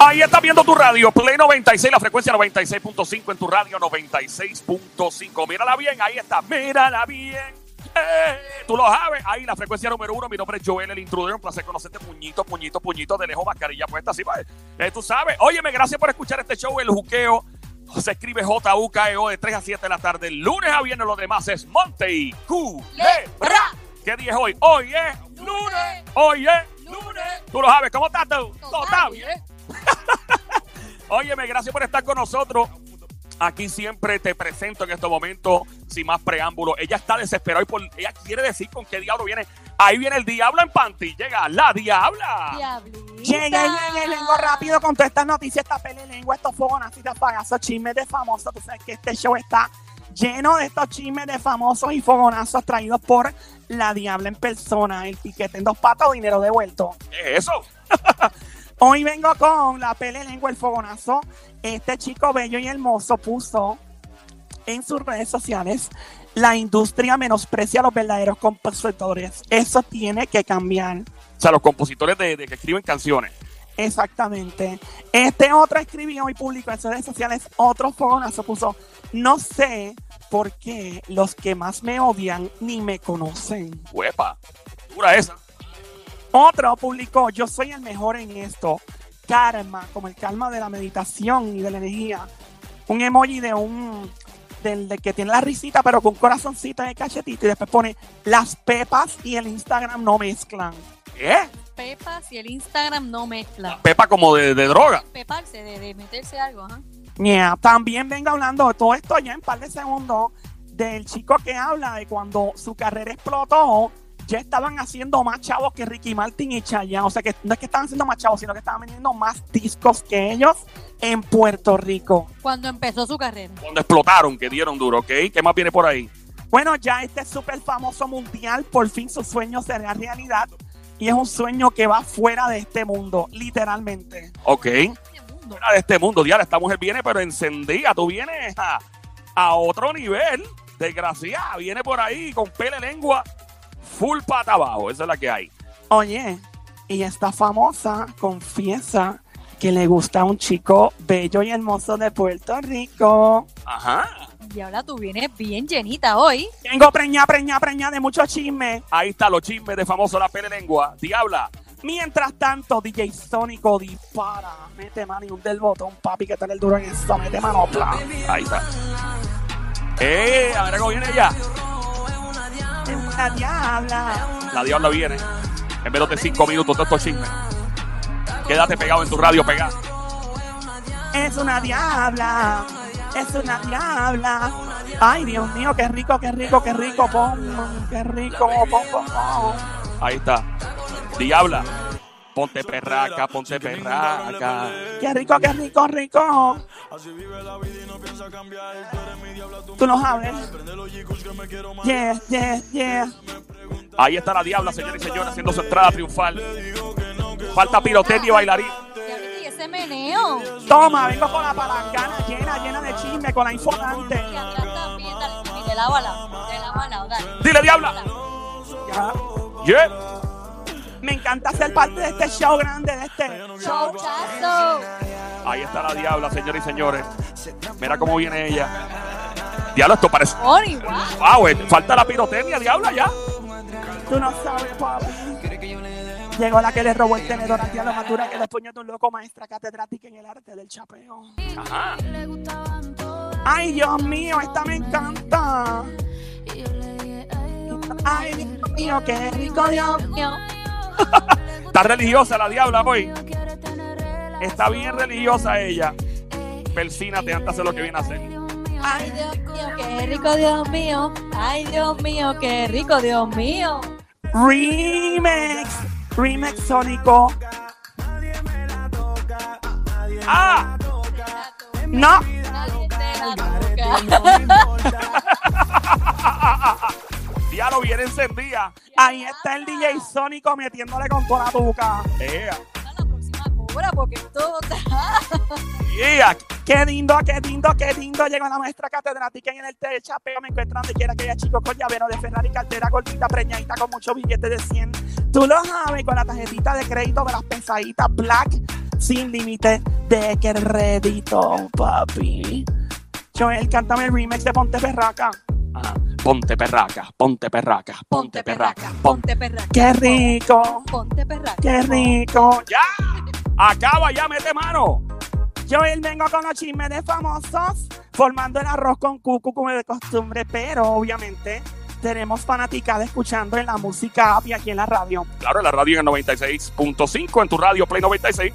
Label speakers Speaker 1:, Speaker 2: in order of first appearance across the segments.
Speaker 1: Ahí estás viendo tu radio, Play 96, la frecuencia 96.5 en tu radio 96.5. Mírala bien, ahí está, mírala bien. Eh, tú lo sabes, ahí la frecuencia número uno. Mi nombre es Joel, el intruder. Un placer conocerte, puñito, puñito, puñito, de lejos, mascarilla puesta, así, pues. Eh, tú sabes. Óyeme, gracias por escuchar este show, El Juqueo. Se escribe J-U-K-E-O E de 3 a 7 de la tarde. Lunes a viernes, lo demás es Monte y Culebra. ¿Qué día es hoy? Hoy es lunes. Hoy es lunes. Tú lo sabes, ¿cómo estás tú?
Speaker 2: Todo
Speaker 1: está
Speaker 2: bien.
Speaker 1: bien. Óyeme, gracias por estar con nosotros. Aquí siempre te presento en estos momentos, sin más preámbulo. Ella está desesperada y por, ella quiere decir con qué diablo viene. Ahí viene el diablo en panty. Llega la diabla.
Speaker 2: Diablita.
Speaker 3: Llega y le lengua rápido con todas estas noticias, esta pele lengua, estos fogonas y pagasas, chismes de famosos. Tú sabes que este show está lleno de estos chismes de famosos y fogonazos traídos por la diabla en persona, el piquete en dos patas, dinero devuelto.
Speaker 1: ¿Qué es eso?
Speaker 3: Hoy vengo con la pele lengua, el fogonazo. Este chico bello y hermoso puso en sus redes sociales, la industria menosprecia a los verdaderos compositores. Eso tiene que cambiar.
Speaker 1: O sea, los compositores de, de que escriben canciones.
Speaker 3: Exactamente. Este otro escribió y publicó en sus redes sociales otro fogonazo. Puso, no sé por qué los que más me odian ni me conocen.
Speaker 1: Huepa. Dura esa.
Speaker 3: Otro publicó, yo soy el mejor en esto. Karma, como el calma de la meditación y de la energía. Un emoji de un del de que tiene la risita, pero con un corazoncito en el cachetito. Y después pone, las pepas y el Instagram no mezclan.
Speaker 1: ¿Qué?
Speaker 2: Pepa, si el Instagram no mezcla.
Speaker 1: ¿Eh? Pepa como de, de droga.
Speaker 2: Peparse, de, de meterse algo, ajá.
Speaker 3: Yeah, También vengo hablando de todo esto ya en par de segundos del chico que habla de cuando su carrera explotó, ya estaban haciendo más chavos que Ricky Martin y Chayanne. O sea que no es que estaban haciendo más chavos, sino que estaban vendiendo más discos que ellos en Puerto Rico.
Speaker 2: Cuando empezó su carrera.
Speaker 1: Cuando explotaron, que dieron duro, ¿ok? ¿Qué más viene por ahí?
Speaker 3: Bueno, ya este súper famoso mundial, por fin su sueño será realidad. Y es un sueño que va fuera de este mundo, literalmente.
Speaker 1: Ok.
Speaker 2: Este mundo.
Speaker 1: Fuera de este mundo, diabla. Esta mujer viene, pero encendida. Tú vienes a, a otro nivel. Desgraciada. Viene por ahí con pele lengua. Full pata abajo. Esa es la que hay.
Speaker 3: Oye, y esta famosa confiesa que le gusta un chico bello y hermoso de Puerto Rico.
Speaker 1: Ajá.
Speaker 2: Y ahora tú vienes bien llenita hoy.
Speaker 3: Tengo preña, preña, preña de muchos chismes.
Speaker 1: Ahí está los chismes de famoso la pele lengua. Diabla.
Speaker 3: Mientras tanto, DJ Sónico dispara. Mete mano y un del botón, papi, que tal el duro en eso. Mete manopla.
Speaker 1: Ahí está. ¡Eh! A ver cómo viene ella.
Speaker 3: Es una diabla.
Speaker 1: La diabla viene. En menos de cinco minutos, todos estos chismes. Quédate pegado en tu radio, pegado.
Speaker 3: Es una diabla. Es una diabla. Ay, Dios mío, qué rico, qué rico, qué rico. Pon, qué rico. Pon, pon, pon.
Speaker 1: Ahí está. Diabla. Ponte perraca, ponte perraca.
Speaker 3: Qué rico, qué rico, rico.
Speaker 4: Así vive la vida y no piensa cambiar. Tú eres mi diabla, tú
Speaker 3: Tú no sabes.
Speaker 4: prende los yicus que me quiero más.
Speaker 3: Yeah, yeah, yeah.
Speaker 1: Ahí está la diabla, señores y señores, haciendo su entrada triunfal. Falta pirotecnia y bailarín.
Speaker 2: Diablita, y ese meneo.
Speaker 3: Toma, vengo con la palangana llena, llena de chisme, con la informante.
Speaker 2: Y atrás también, dale, y de la bala. De la bala, dale.
Speaker 1: Dile, diabla.
Speaker 3: Ya.
Speaker 1: Yeah.
Speaker 3: Me encanta ser parte de este show grande, de este show.
Speaker 2: Chauchazo.
Speaker 1: Ahí está la diabla, señores y señores. Mira cómo viene ella. Diablo, esto parece.
Speaker 2: Oni, wow.
Speaker 1: ¡Wow! eh, Falta la pirotecnia, diabla, ya.
Speaker 3: Tú no sabes, papi. Llegó la que le robó el tenedor a la madura que los puños de un loco maestra catedrática en el arte del chapeo.
Speaker 1: Ajá.
Speaker 3: Ay, Dios mío, esta me encanta. Ay, Dios mío, qué rico, Dios.
Speaker 1: Está religiosa la diabla, voy. Está bien religiosa ella. Persínate antes de hacer lo que viene a hacer.
Speaker 2: Ay, Dios mío, qué rico, Dios mío. Ay, Dios mío, qué rico, Dios mío.
Speaker 3: Remix. Remix sónico.
Speaker 1: ¡Ah!
Speaker 3: No,
Speaker 2: Nadie te la toca.
Speaker 1: Diablo viene encendida.
Speaker 3: ahí está el DJ Sónico metiéndole con toda la boca.
Speaker 1: ¡Ea!
Speaker 2: a la próxima cobra porque esto está.
Speaker 1: ¡Ea!
Speaker 3: Qué lindo, qué lindo, qué lindo. Llegó la maestra catedrática y en el té de chapeo. Me encuentran donde quiera que haya chicos con llavero de Ferrari, cartera gordita, preñadita, con muchos billetes de 100. Tú lo sabes, con la tarjetita de crédito de las pesaditas black. sin límite de que redito, papi. Joel, cántame el remix de Ponte Perraca.
Speaker 1: Ah, ponte perraca, ponte perraca, ponte perraca. pon-
Speaker 2: ponte perraca.
Speaker 3: ¡Qué rico!
Speaker 2: Ponte perraca.
Speaker 3: ¡Qué rico!
Speaker 1: ¡Ya! Acaba, ya, mete mano.
Speaker 3: Joel, vengo con los chismes de famosos, formando el arroz con cucu como de costumbre, pero obviamente tenemos fanaticadas escuchando en la música app y aquí en la radio.
Speaker 1: Claro, en la radio en el 96.5, en tu radio Play 96,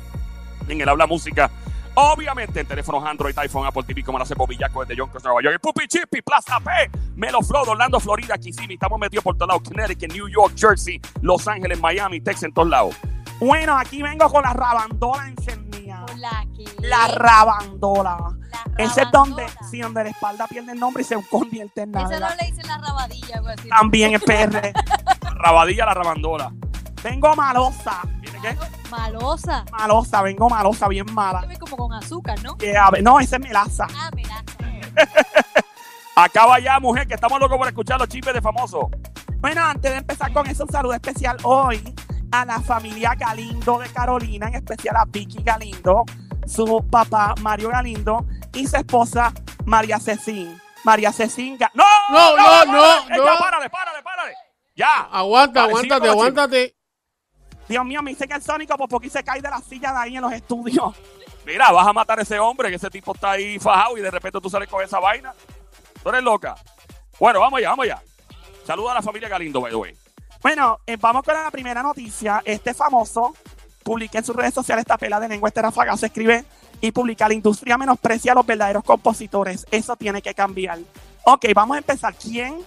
Speaker 1: en el habla música. Obviamente en teléfonos Android, iPhone, Apple TV, como lo hace Popillaco desde John Cross, Nueva York. El Pupi Chippy, Plaza P, Melo Flow, de Orlando, Florida, Kissimmee. Estamos metidos por todos lados. Connecticut, New York, Jersey, Los Ángeles, Miami, Texas, en todos lados.
Speaker 3: Bueno, aquí vengo con la rabandola encendida.
Speaker 2: Hola, ¿qué?
Speaker 3: La rabandola.
Speaker 2: La
Speaker 3: Ese
Speaker 2: rabandona.
Speaker 3: es donde, sí, donde la espalda pierde el nombre y se convierte en
Speaker 2: Esa no
Speaker 3: nada.
Speaker 2: le dicen la rabadilla, algo así.
Speaker 3: También es PR.
Speaker 1: La rabadilla, la rabandola.
Speaker 3: Vengo malosa.
Speaker 1: ¿Viene qué?
Speaker 2: Malosa.
Speaker 3: Malosa, vengo malosa, bien mala.
Speaker 2: Sabe Como con azúcar, ¿no?
Speaker 3: Yeah, no, esa es melaza.
Speaker 2: Ah, mira.
Speaker 1: Acaba ya, mujer, que estamos locos por escuchar los chismes de famosos.
Speaker 3: Bueno, antes de empezar con eso, un saludo especial hoy a la familia Galindo de Carolina, en especial a Vicky Galindo, su papá Mario Galindo y su esposa María Cecín. María Cecín. Ga-
Speaker 1: ¡No!
Speaker 5: No, no, no,
Speaker 1: ¡Ey,
Speaker 5: no.
Speaker 1: ya, párale, párale, párale! ¡Ya!
Speaker 5: Aguanta,
Speaker 1: Parecía
Speaker 5: aguántate,
Speaker 1: como
Speaker 5: aguántate.
Speaker 3: Dios mío, me dice que el Sónico por poquito se cae de la silla de ahí en los estudios.
Speaker 1: Mira, vas a matar a ese hombre, que ese tipo está ahí fajado y de repente tú sales con esa vaina. Tú eres loca. Bueno, vamos allá, vamos allá. Saluda a la familia Galindo, by the way.
Speaker 3: Bueno, eh, vamos con la primera noticia. Este famoso publica en sus redes sociales esta pela de lengua, este rafagazo escribe y publica, la industria menosprecia a los verdaderos compositores. Eso tiene que cambiar. Ok, vamos a empezar. ¿Quién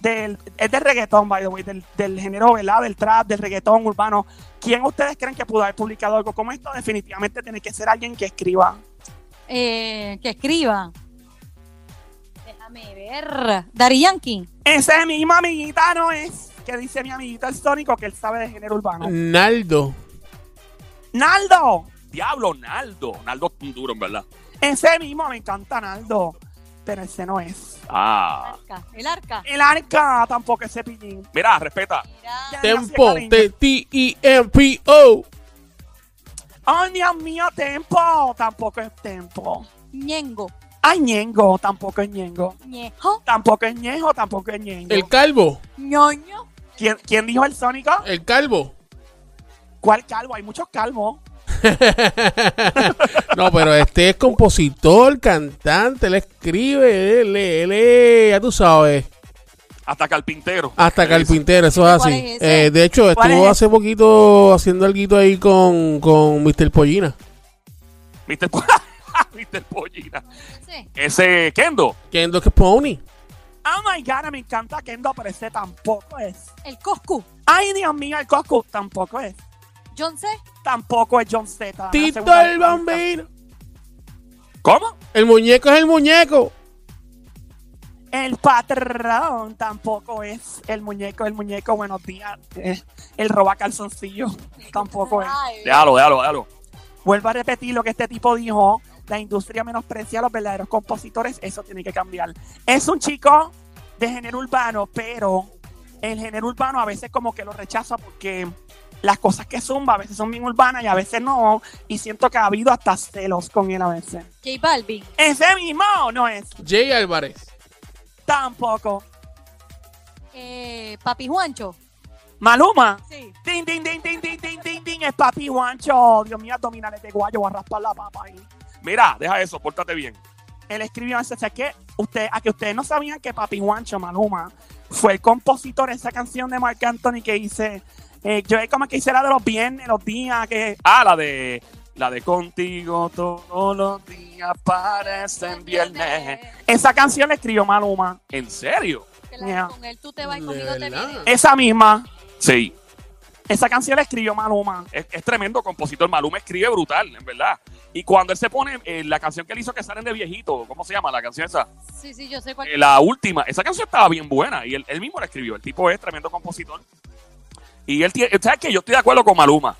Speaker 3: del, es del reggaetón, by the way, del, del género, ¿verdad? Del trap, del reggaetón urbano. ¿Quién ustedes creen que pudo haber publicado algo como esto? Definitivamente tiene que ser alguien que escriba.
Speaker 2: Eh, que escriba. Déjame ver. Dari Yankee.
Speaker 3: Ese mismo amiguita no es, que dice mi amiguita el Sónico, que él sabe de género urbano.
Speaker 5: Naldo.
Speaker 3: ¡Naldo!
Speaker 1: Diablo, Naldo. Naldo es un duro, en verdad.
Speaker 3: Ese mismo me encanta Naldo, pero ese no es.
Speaker 1: Ah.
Speaker 2: Arca. El arca.
Speaker 3: El arca tampoco es cepillín.
Speaker 1: Mira, respeta.
Speaker 2: Mira.
Speaker 3: Gracias,
Speaker 5: Tempo.
Speaker 3: cariño.
Speaker 5: T- E, T-I-M-P-O.
Speaker 3: ¡Oh, Dios mío, tempo! Tampoco es tempo.
Speaker 2: Ñengo.
Speaker 3: Ay, ñengo, tampoco es ñengo.
Speaker 2: Ñejo.
Speaker 3: Tampoco es ñejo, tampoco es ñengo.
Speaker 5: El calvo.
Speaker 2: Ñoño.
Speaker 3: ¿Quién, quién dijo el sónico?
Speaker 5: El calvo.
Speaker 3: ¿Cuál calvo? Hay muchos calvos.
Speaker 5: no, pero este es compositor, cantante, él escribe, él, él, él, ya tú sabes.
Speaker 1: Hasta carpintero.
Speaker 5: Hasta carpintero, eso es
Speaker 2: ¿Cuál
Speaker 5: así.
Speaker 2: es ese?
Speaker 5: Eh, de hecho,
Speaker 3: ¿Cuál
Speaker 5: estuvo
Speaker 3: es
Speaker 5: hace poquito haciendo algo ahí con, con Mr. Pollina.
Speaker 1: Viste Mister Pollina.
Speaker 2: Sí.
Speaker 1: Ese Kendo.
Speaker 5: Kendo que Pony.
Speaker 3: Oh my god, me encanta Kendo, pero ese tampoco es.
Speaker 2: El Coscu.
Speaker 3: Ay, Dios mío, el Coscu tampoco es.
Speaker 2: John C.
Speaker 3: Tampoco es John Z. la
Speaker 5: Tito
Speaker 3: segunda
Speaker 5: el
Speaker 3: vez.
Speaker 5: Bambino.
Speaker 1: ¿Cómo?
Speaker 5: El muñeco es el muñeco.
Speaker 3: El patrón tampoco es el muñeco, el muñeco, buenos días. eh, el roba calzoncillo tampoco es.
Speaker 2: Ay,
Speaker 1: Déjalo, déjalo, déjalo.
Speaker 3: Vuelvo a repetir lo que este tipo dijo. La industria menosprecia a los verdaderos compositores, eso tiene que cambiar. Es un chico de género urbano, pero el género urbano a veces como que lo rechaza porque las cosas que zumba a veces son bien urbanas y a veces no. Y siento que ha habido hasta celos con él a veces.
Speaker 2: J Balvin.
Speaker 3: Ese mismo no es,
Speaker 5: Jay Álvarez.
Speaker 3: tampoco.
Speaker 2: Eh, Papi Juancho.
Speaker 3: Maluma.
Speaker 2: Sí.
Speaker 3: Din, din, din, din, din, din, din, din, es papi Juancho. Dios mío, abdominales de guayo, voy a raspar la papa ahí.
Speaker 1: Mira, deja eso, pórtate bien.
Speaker 3: Él escribió ese, o sea, que usted, a que ustedes no sabían que papi Juancho, Maluma, fue el compositor de esa canción de Marc Anthony que hice. eh, yo es como que hice la de los viernes, los días, que
Speaker 1: Ah, la de. La de contigo todos los días parecen viernes.
Speaker 3: esa canción la escribió Maluma.
Speaker 1: ¿En serio?
Speaker 2: Que la-
Speaker 3: Yeah.
Speaker 2: Con él tú te vas y
Speaker 5: De
Speaker 2: conmigo te
Speaker 5: verdad.
Speaker 2: vienes.
Speaker 3: Esa misma,
Speaker 1: Sí.
Speaker 3: esa canción la escribió Maluma.
Speaker 1: es, es tremendo compositor. Maluma escribe brutal, en verdad. Y cuando él se pone eh, la canción que él hizo que salen de viejito, ¿cómo se llama la canción esa?
Speaker 2: Sí, sí, yo sé cuál.
Speaker 1: Eh, la última. Esa canción estaba bien buena y él, él mismo la escribió. El tipo es tremendo compositor. Y él tiene, ¿sabes qué? Yo estoy de acuerdo con Maluma.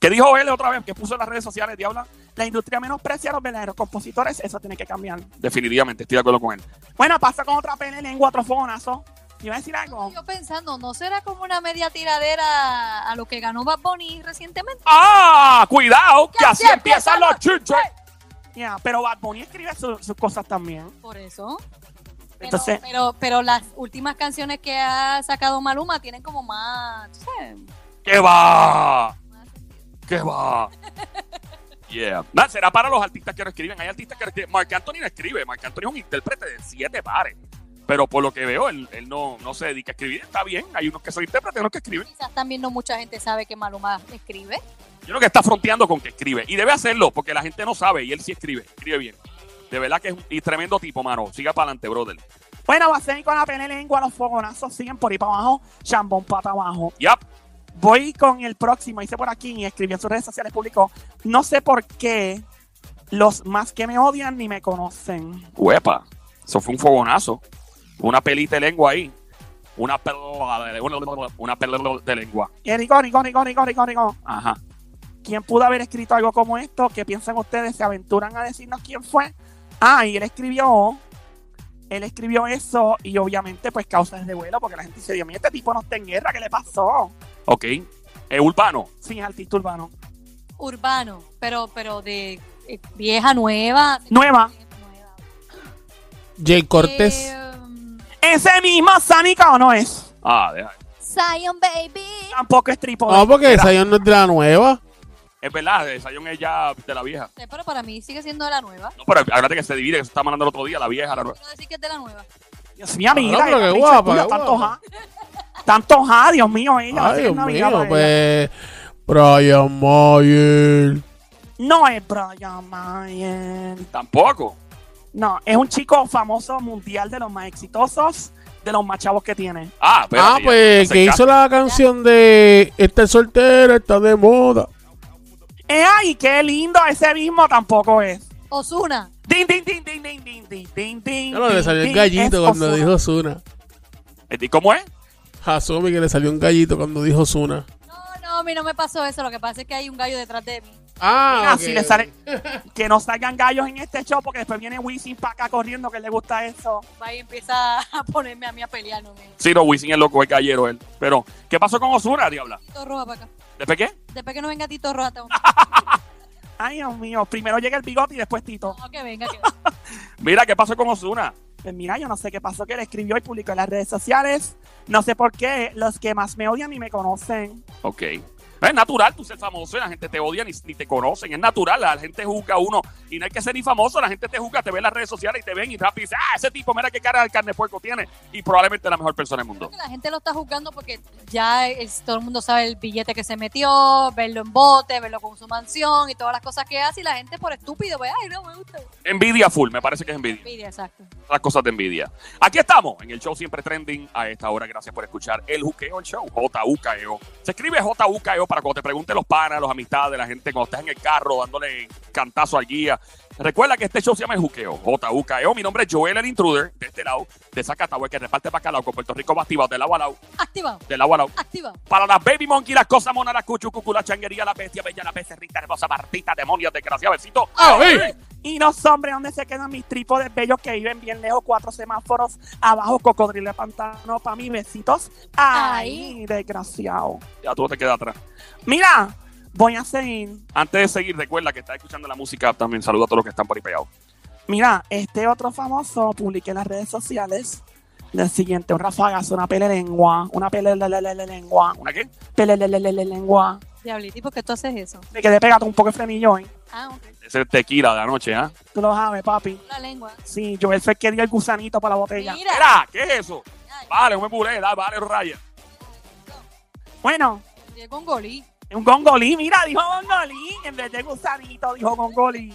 Speaker 1: ¿Qué dijo él otra vez? Que puso en las redes sociales, Diabla.
Speaker 3: La industria menosprecia a los verdaderos compositores, eso tiene que cambiar.
Speaker 1: Definitivamente, estoy de acuerdo con él.
Speaker 3: Bueno, pasa con otra pena en lengua, otro fogonazo. Iba a decir algo.
Speaker 2: Yo pensando, ¿no será como una media tiradera a lo que ganó Bad Bunny recientemente?
Speaker 1: ¡Ah! ¡Cuidado! ¡Que así empiezan los chinches!
Speaker 3: Yeah, pero Bad Bunny escribe su- sus cosas también.
Speaker 2: Por eso. Pero,
Speaker 3: Entonces-
Speaker 2: pero, pero las últimas canciones que ha sacado Maluma tienen como más, tú sabes,
Speaker 1: ¡Que va!
Speaker 2: más sentido.
Speaker 1: ¡Que va! Yeah. Nah, será para los artistas que no escriben. Hay artistas que no escriben. Marc Anthony no escribe. Marc Anthony es un intérprete de siete pares. Pero por lo que veo, él, él no, no se dedica a escribir. Está bien. Hay unos que son intérpretes y otros que escriben.
Speaker 2: Quizás también no mucha gente sabe que Maluma escribe.
Speaker 1: Yo creo que está fronteando con que escribe. Y debe hacerlo, porque la gente no sabe. Y él sí escribe. Escribe bien. De verdad que es un y tremendo tipo, mano. Siga para adelante, brother.
Speaker 3: Bueno, va a ser con la pene lengua, los fogonazos siguen por ahí para abajo, chambón para abajo.
Speaker 1: Yap.
Speaker 3: Voy con el próximo, hice por aquí y escribí en sus redes sociales, publicó, no sé por qué los más que me odian ni me conocen.
Speaker 1: Huepa. Eso fue un fogonazo. Una pelita de lengua ahí. Una pelota de, una, una pelota de lengua.
Speaker 3: Y Eh, rico, rico, rico, rico, rico, rico.
Speaker 1: Ajá.
Speaker 3: ¿Quién pudo haber escrito algo como esto? ¿Qué piensan ustedes? ¿Se aventuran a decirnos quién fue? Ah, y él escribió, él escribió eso y obviamente pues causa de vuelo porque la gente dice, Dios mío, este tipo no está en guerra, ¿qué le pasó?
Speaker 1: Ok. Eh, urbano.
Speaker 3: Sí, es artista urbano.
Speaker 2: Urbano, pero, pero de eh, vieja, nueva.
Speaker 3: Nueva.
Speaker 2: Nueva.
Speaker 5: Jay Cortés.
Speaker 2: Eh, um,
Speaker 3: Ese mismo Sánica o no es.
Speaker 1: Ah, deja.
Speaker 2: Zion Baby.
Speaker 3: Tampoco es trípode.
Speaker 5: No, porque Zion no es de la nueva.
Speaker 1: Es verdad, el Zion es ya de la vieja.
Speaker 2: Eh, Pero para mí sigue siendo de la nueva.
Speaker 1: No, pero acuérdate que se divide, que se está mandando el otro día, la vieja, la nueva.
Speaker 2: Quiero decir que es de la nueva.
Speaker 3: Dios mío, mira,
Speaker 5: pues, Claro,
Speaker 3: el
Speaker 5: qué
Speaker 3: capricho
Speaker 5: guapa,
Speaker 3: es tuyo,
Speaker 5: qué
Speaker 3: tanto
Speaker 5: guapa.
Speaker 3: ja. Tanto ja, Dios mío, ella. va a
Speaker 5: Ay,
Speaker 3: ser
Speaker 5: Dios
Speaker 3: una amiga
Speaker 5: mío,
Speaker 3: para ella.
Speaker 5: pues. Brian Mayer.
Speaker 3: No es Brian Mayer.
Speaker 1: Tampoco.
Speaker 3: No, es un chico famoso mundial de los más exitosos, de los más chavos que tiene.
Speaker 1: Ah, pero.
Speaker 5: Ah, pues, que hizo la canción de Está el soltero, está de moda.
Speaker 3: Eh, ay, qué lindo, ese mismo tampoco es.
Speaker 2: Osuna.
Speaker 3: Din, din, din, din, din, din, din, din, din.
Speaker 5: Ya lo le salió el
Speaker 3: din,
Speaker 5: gallito
Speaker 3: es
Speaker 5: cuando
Speaker 3: Ozuna.
Speaker 5: dijo Zuna.
Speaker 1: ¿Y Eh, cómo es?
Speaker 5: Hasumi que le salió un gallito cuando dijo Zuna.
Speaker 2: No, no, a mí no me pasó eso. Lo que pasa es que hay un gallo detrás de mí.
Speaker 5: Ah,
Speaker 3: Ah, si le sale. Que no salgan gallos en este show porque después viene Wisin para acá corriendo que le gusta eso.
Speaker 2: Va y empieza a ponerme a mí a pelear. No, me
Speaker 1: Sí, no, Wisin es loco, es gallero él. Pero, ¿qué pasó con Osuna, diabla?
Speaker 2: Tito Roja para acá.
Speaker 1: ¿Después qué?
Speaker 2: Después que no venga Tito Roja, tengo
Speaker 3: Ay, Dios mío, primero llega el bigote y después Tito.
Speaker 2: No, que venga. Que venga.
Speaker 1: Mira, ¿qué pasó con Osuna?
Speaker 3: Pues mira, yo no sé qué pasó, que él escribió y publicó en las redes sociales. No sé por qué, los que más me odian y me conocen.
Speaker 1: Ok. Es natural tú ser famoso y la gente te odia ni, ni te conocen. Es natural, la gente juzga a uno. Y no hay que ser ni famoso, la gente te juzga, te ve en las redes sociales y te ven y rápido dice, ah, ese tipo, mira qué cara de carne de puerco tiene. Y probablemente es la mejor persona del mundo.
Speaker 2: Creo que la gente lo está juzgando porque ya es- todo el mundo sabe el billete que se metió, verlo en bote, verlo con su mansión y todas las cosas que hace. Y la gente por estúpido, pues, ay, no me gusta.
Speaker 1: Envidia full, me parece que es envidia.
Speaker 2: Envidia, exacto.
Speaker 1: las cosas de envidia. Aquí estamos, en el show siempre trending a esta hora. Gracias por escuchar el Juqueo, el show, J.U.K.E.O. E Se escribe J.U.K.E.O. E para cuando te pregunten los panas, los amistades, la gente, cuando estás en el carro dándole cantazo al guía. Recuerda que este show se llama El Juqueo, J.U.K.E.O. E Mi nombre es Joel, el intruder, de este lado, de Zacatahue, que reparte bacalao con Puerto Rico, activado del lado a lado,
Speaker 2: Activado,
Speaker 1: del lado a lado.
Speaker 2: activado.
Speaker 1: Para las baby monkey, las cosas monas, la cuchu, cucu, la changuería, la bestia, bella, la becerrita, hermosa, martita, demonios, desgraciado, besito.
Speaker 5: ¡Ah, ve!
Speaker 3: Y los hombres, ¿dónde se quedan mis trípodes bellos que viven bien lejos? Cuatro semáforos abajo, cocodrilo de pantano para mis besitos. Ay, desgraciado.
Speaker 1: Ya tú te quedas atrás.
Speaker 3: Mira, voy a seguir.
Speaker 1: Antes de seguir, recuerda que estás escuchando la música también. Saluda a todos los que están por ahí pegados.
Speaker 3: Mira, este otro famoso publiqué en las redes sociales. El siguiente, un rafagazo, una pele lengua, una pele le- le- le- le- lengua, una
Speaker 1: ¿Una qué?
Speaker 3: pele le- le- le- le- lengua.
Speaker 2: Diablito, ¿y por qué tú haces eso?
Speaker 3: Me quedé pegado un poco de frenillo, ¿eh?
Speaker 2: Ah, ok.
Speaker 1: Ese tequila de la noche, ¿ah?
Speaker 3: Tú lo sabes, papi.
Speaker 2: La lengua.
Speaker 3: Sí, Joel fue el que dio el gusanito para la botella.
Speaker 2: Mira.
Speaker 1: Mira, ¿qué es eso?
Speaker 2: Ay,
Speaker 1: Vale, no me puré, da, vale, raya.
Speaker 3: Bueno,
Speaker 2: Llegó un golí.
Speaker 3: un gongolí, mira, dijo gongolí. En vez de gusanito, dijo gongolí.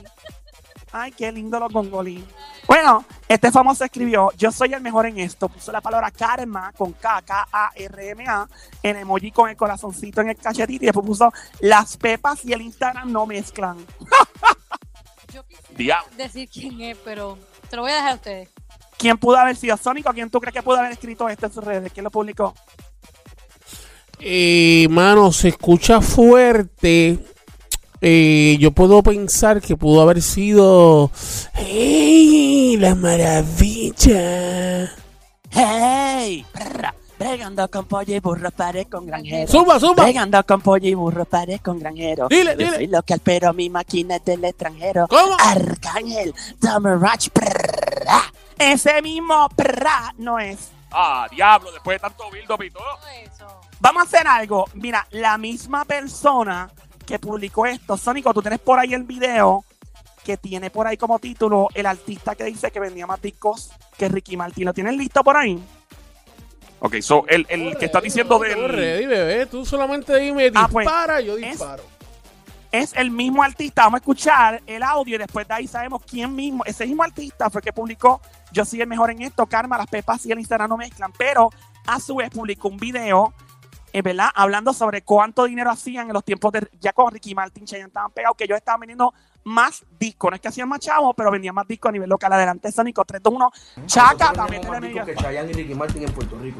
Speaker 3: Ay, qué lindo los gongolí. Bueno, este famoso escribió, yo soy el mejor en esto. Puso la palabra karma con K, K-A-R-M-A, en emoji con el corazoncito en el cachetito y después puso, las pepas y el Instagram no mezclan.
Speaker 2: Yo quisiera
Speaker 1: Diablo.
Speaker 2: decir quién es, pero se lo voy a dejar a ustedes.
Speaker 3: ¿Quién pudo haber sido Sónico? ¿Quién tú crees que pudo haber escrito esto en sus redes? ¿Quién lo publicó?
Speaker 5: Eh, mano, se escucha fuerte. Eh, yo puedo pensar que pudo haber sido. ¡Ey! ¡La maravilla!
Speaker 3: ¡Hey! Prr, Bregando con pollo y burro, paré con granjero.
Speaker 5: Suba, suba.
Speaker 3: Bregando con pollo y burro, paré con granjero.
Speaker 5: Dile,
Speaker 3: Yo
Speaker 5: dile.
Speaker 3: soy local, pero mi máquina es del extranjero.
Speaker 5: ¿Cómo?
Speaker 3: Arcángel, Tamarach, prrra. Ese mismo prrra no es.
Speaker 1: Ah, diablo, después de tanto build-up y todo.
Speaker 2: Todo eso.
Speaker 3: Vamos a hacer algo. Mira, la misma persona que publicó esto, Sónico, tú tienes por ahí el video que tiene por ahí como título el artista que dice que vendía más discos que Ricky Martin. ¿Lo tienes listo por ahí?
Speaker 1: Ok, so, el, el que está diciendo
Speaker 5: de
Speaker 1: del...
Speaker 5: bebé. Tú solamente dime,
Speaker 3: Ah, pues,
Speaker 5: dispara, yo
Speaker 3: es-
Speaker 5: disparo.
Speaker 3: Es el mismo artista. Vamos a escuchar el audio y después de ahí sabemos quién mismo. Ese mismo artista fue el que publicó Yo soy el mejor en esto, Karma, las pepas y el Instagram no mezclan. Pero a su vez publicó un video, eh, ¿verdad? Hablando sobre cuánto dinero hacían en los tiempos de ya con Ricky Martin, Chayanne estaban pegados, que ellos estaban vendiendo más discos. No es que hacían más chavos, pero vendían más discos a nivel local. Adelante, Sónico 321. Chaca,
Speaker 6: Nosotros
Speaker 3: también tiene
Speaker 6: vendíamos más
Speaker 3: medio.
Speaker 6: discos que Chayanne y Ricky Martin en Puerto Rico.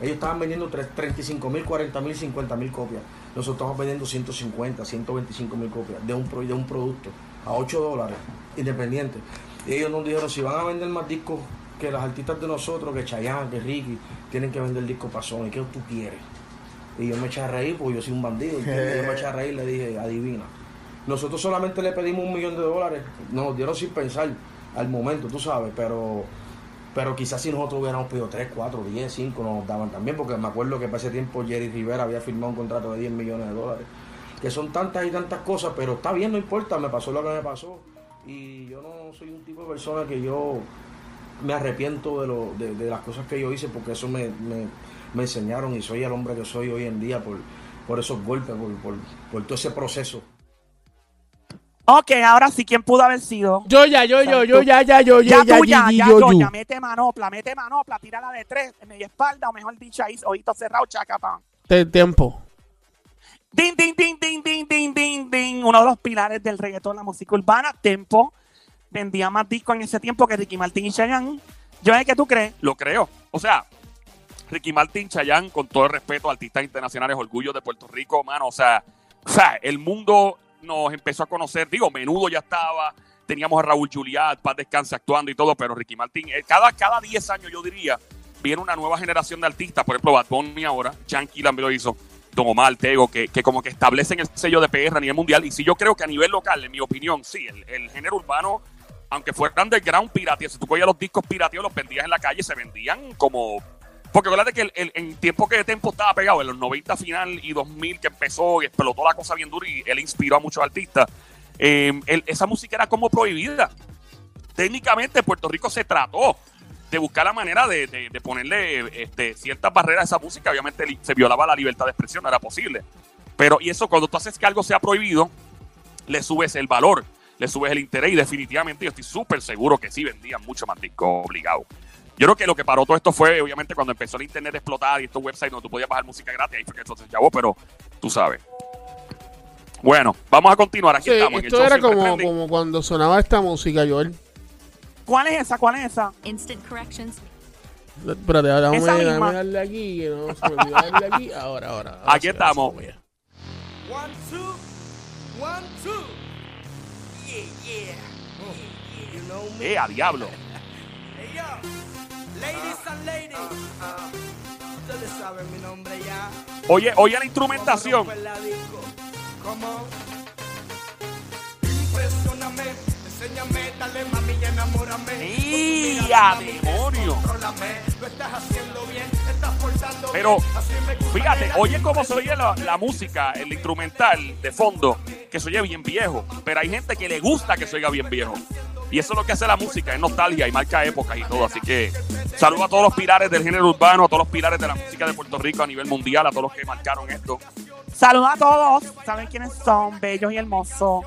Speaker 6: Ellos estaban vendiendo 35 mil, 40 mil, 50 mil copias. Nosotros estamos vendiendo 150, 125 mil copias de un, pro- de un producto a 8 dólares, independiente. Y ellos nos dijeron, si van a vender más discos que las artistas de nosotros, que Chayanne, que Ricky, tienen que vender discos para Sony, ¿qué tú quieres? Y yo me eché a reír porque yo soy un bandido. ¿entiendes? yo me eché a reír y le dije, adivina. Nosotros solamente le pedimos un millón de dólares. Nos los dieron sin pensar al momento, tú sabes, pero pero quizás si nosotros hubiéramos pedido 3, 4, 10, 5 nos daban también, porque me acuerdo que para ese tiempo Jerry Rivera había firmado un contrato de 10 millones de dólares. Que son tantas y tantas cosas, pero está bien, no importa, me pasó lo que me pasó. Y yo no soy un tipo de persona que yo me arrepiento de, lo, de, de las cosas que yo hice, porque eso me, me- me enseñaron y soy el hombre que soy hoy en día por, por esos golpes, por- por- por todo ese proceso.
Speaker 3: Ok, ahora sí, ¿quién pudo haber sido?
Speaker 5: Yo ya, yo, yo, yo, ya, ya, yo,
Speaker 3: Ya
Speaker 5: ya, ya,
Speaker 3: tú, ya,
Speaker 5: Gigi,
Speaker 3: ya,
Speaker 5: yo,
Speaker 3: yo,
Speaker 5: yo.
Speaker 3: ya, mete manopla, mete manopla, tírala de tres, en media espalda, o mejor dicho, ahí, oído cerrado, chacatán.
Speaker 5: Te- Tiempo.
Speaker 3: Din, din, din, din, din, din, din, din. Uno de los pilares del reggaetón, la música urbana, Tempo. Vendía más discos en ese tiempo que Ricky Martin y Chayanne. Yo sé que tú crees.
Speaker 1: Lo creo. O sea, Ricky Martin, Chayán, con todo el respeto, artistas internacionales, orgullo de Puerto Rico, mano. O sea, o sea, el mundo nos empezó a conocer. Digo, menudo ya estaba. Teníamos a Raúl Juliat, Paz Descanse actuando y todo, pero Ricky Martin, eh, cada, cada 10 años, yo diría, viene una nueva generación de artistas. Por ejemplo, Bad Bunny ahora, Yankee también lo hizo, Don Omar, Tego, que, que como que establecen el sello de PR a nivel mundial. Y sí, yo creo que a nivel local, en mi opinión, sí, el, el género urbano aunque fueran del ground pirateo, si tú cogías los discos pirateos, los vendías en la calle, se vendían como. Porque acuérdate que el, el- en tiempo que Tempo estaba pegado, en los 90 final y 2000 que empezó y explotó la cosa bien dura y él inspiró a muchos artistas, eh, él- esa música era como prohibida. Técnicamente Puerto Rico se trató de buscar la manera de, de- de ponerle este, ciertas barreras a esa música. Obviamente li- se violaba la libertad de expresión, no era posible. Pero, y eso cuando tú haces que algo sea prohibido, le subes el valor, le subes el interés y definitivamente yo estoy súper seguro que sí vendían mucho más discos obligado. Yo creo que lo que paró todo esto fue, obviamente, cuando empezó el internet a explotar y estos websites donde tú podías bajar música gratis, ahí fue que entonces ya vos, pero tú sabes. Bueno, vamos a continuar. Aquí
Speaker 5: Sí,
Speaker 1: estamos. en el
Speaker 5: esto
Speaker 1: show
Speaker 5: era
Speaker 1: siempre
Speaker 5: como,
Speaker 1: trending.
Speaker 5: como cuando sonaba esta música, Joel.
Speaker 3: ¿Cuál es esa? ¿Cuál es esa?
Speaker 7: Instant corrections.
Speaker 5: Espérate, ahora vamos
Speaker 3: Esa
Speaker 5: a déjame
Speaker 3: misma.
Speaker 5: darle aquí, que no se me olvidó darle aquí. Ahora, ahora. ahora
Speaker 1: Aquí
Speaker 5: sí, ahora
Speaker 1: estamos.
Speaker 5: sí, vamos allá.
Speaker 4: One, two, one, two. Yeah, yeah. You know me.
Speaker 1: ¡Eh, a diablo!
Speaker 4: Hey, yo. Ladies and ladies. Ustedes ah. saben mi nombre ya.
Speaker 1: Oye, oye la instrumentación.
Speaker 4: Vamos a romper la disco. ¿Cómo? Impresioname, enséñame, dale mami y enamórame.
Speaker 1: ¡Y
Speaker 4: Con tu mirada,
Speaker 1: a
Speaker 4: mami,
Speaker 1: demonio!
Speaker 4: descontrólame. Lo estás haciendo bien, te estás portando
Speaker 1: Pero,
Speaker 4: bien. Así me gusta,
Speaker 1: Fíjate,
Speaker 4: nena,
Speaker 1: oye cómo se oye la, la música, el instrumental de fondo, que se oye bien viejo. Pero hay gente que le gusta que se oiga bien viejo. Y eso es lo que hace la música, es nostalgia y marca épocas y todo. Así que saludo a todos los pilares del género urbano, a todos los pilares de la música de Puerto Rico a nivel mundial, a todos los que marcaron esto.
Speaker 3: Saluda a todos. Saben quiénes son, bellos y hermosos.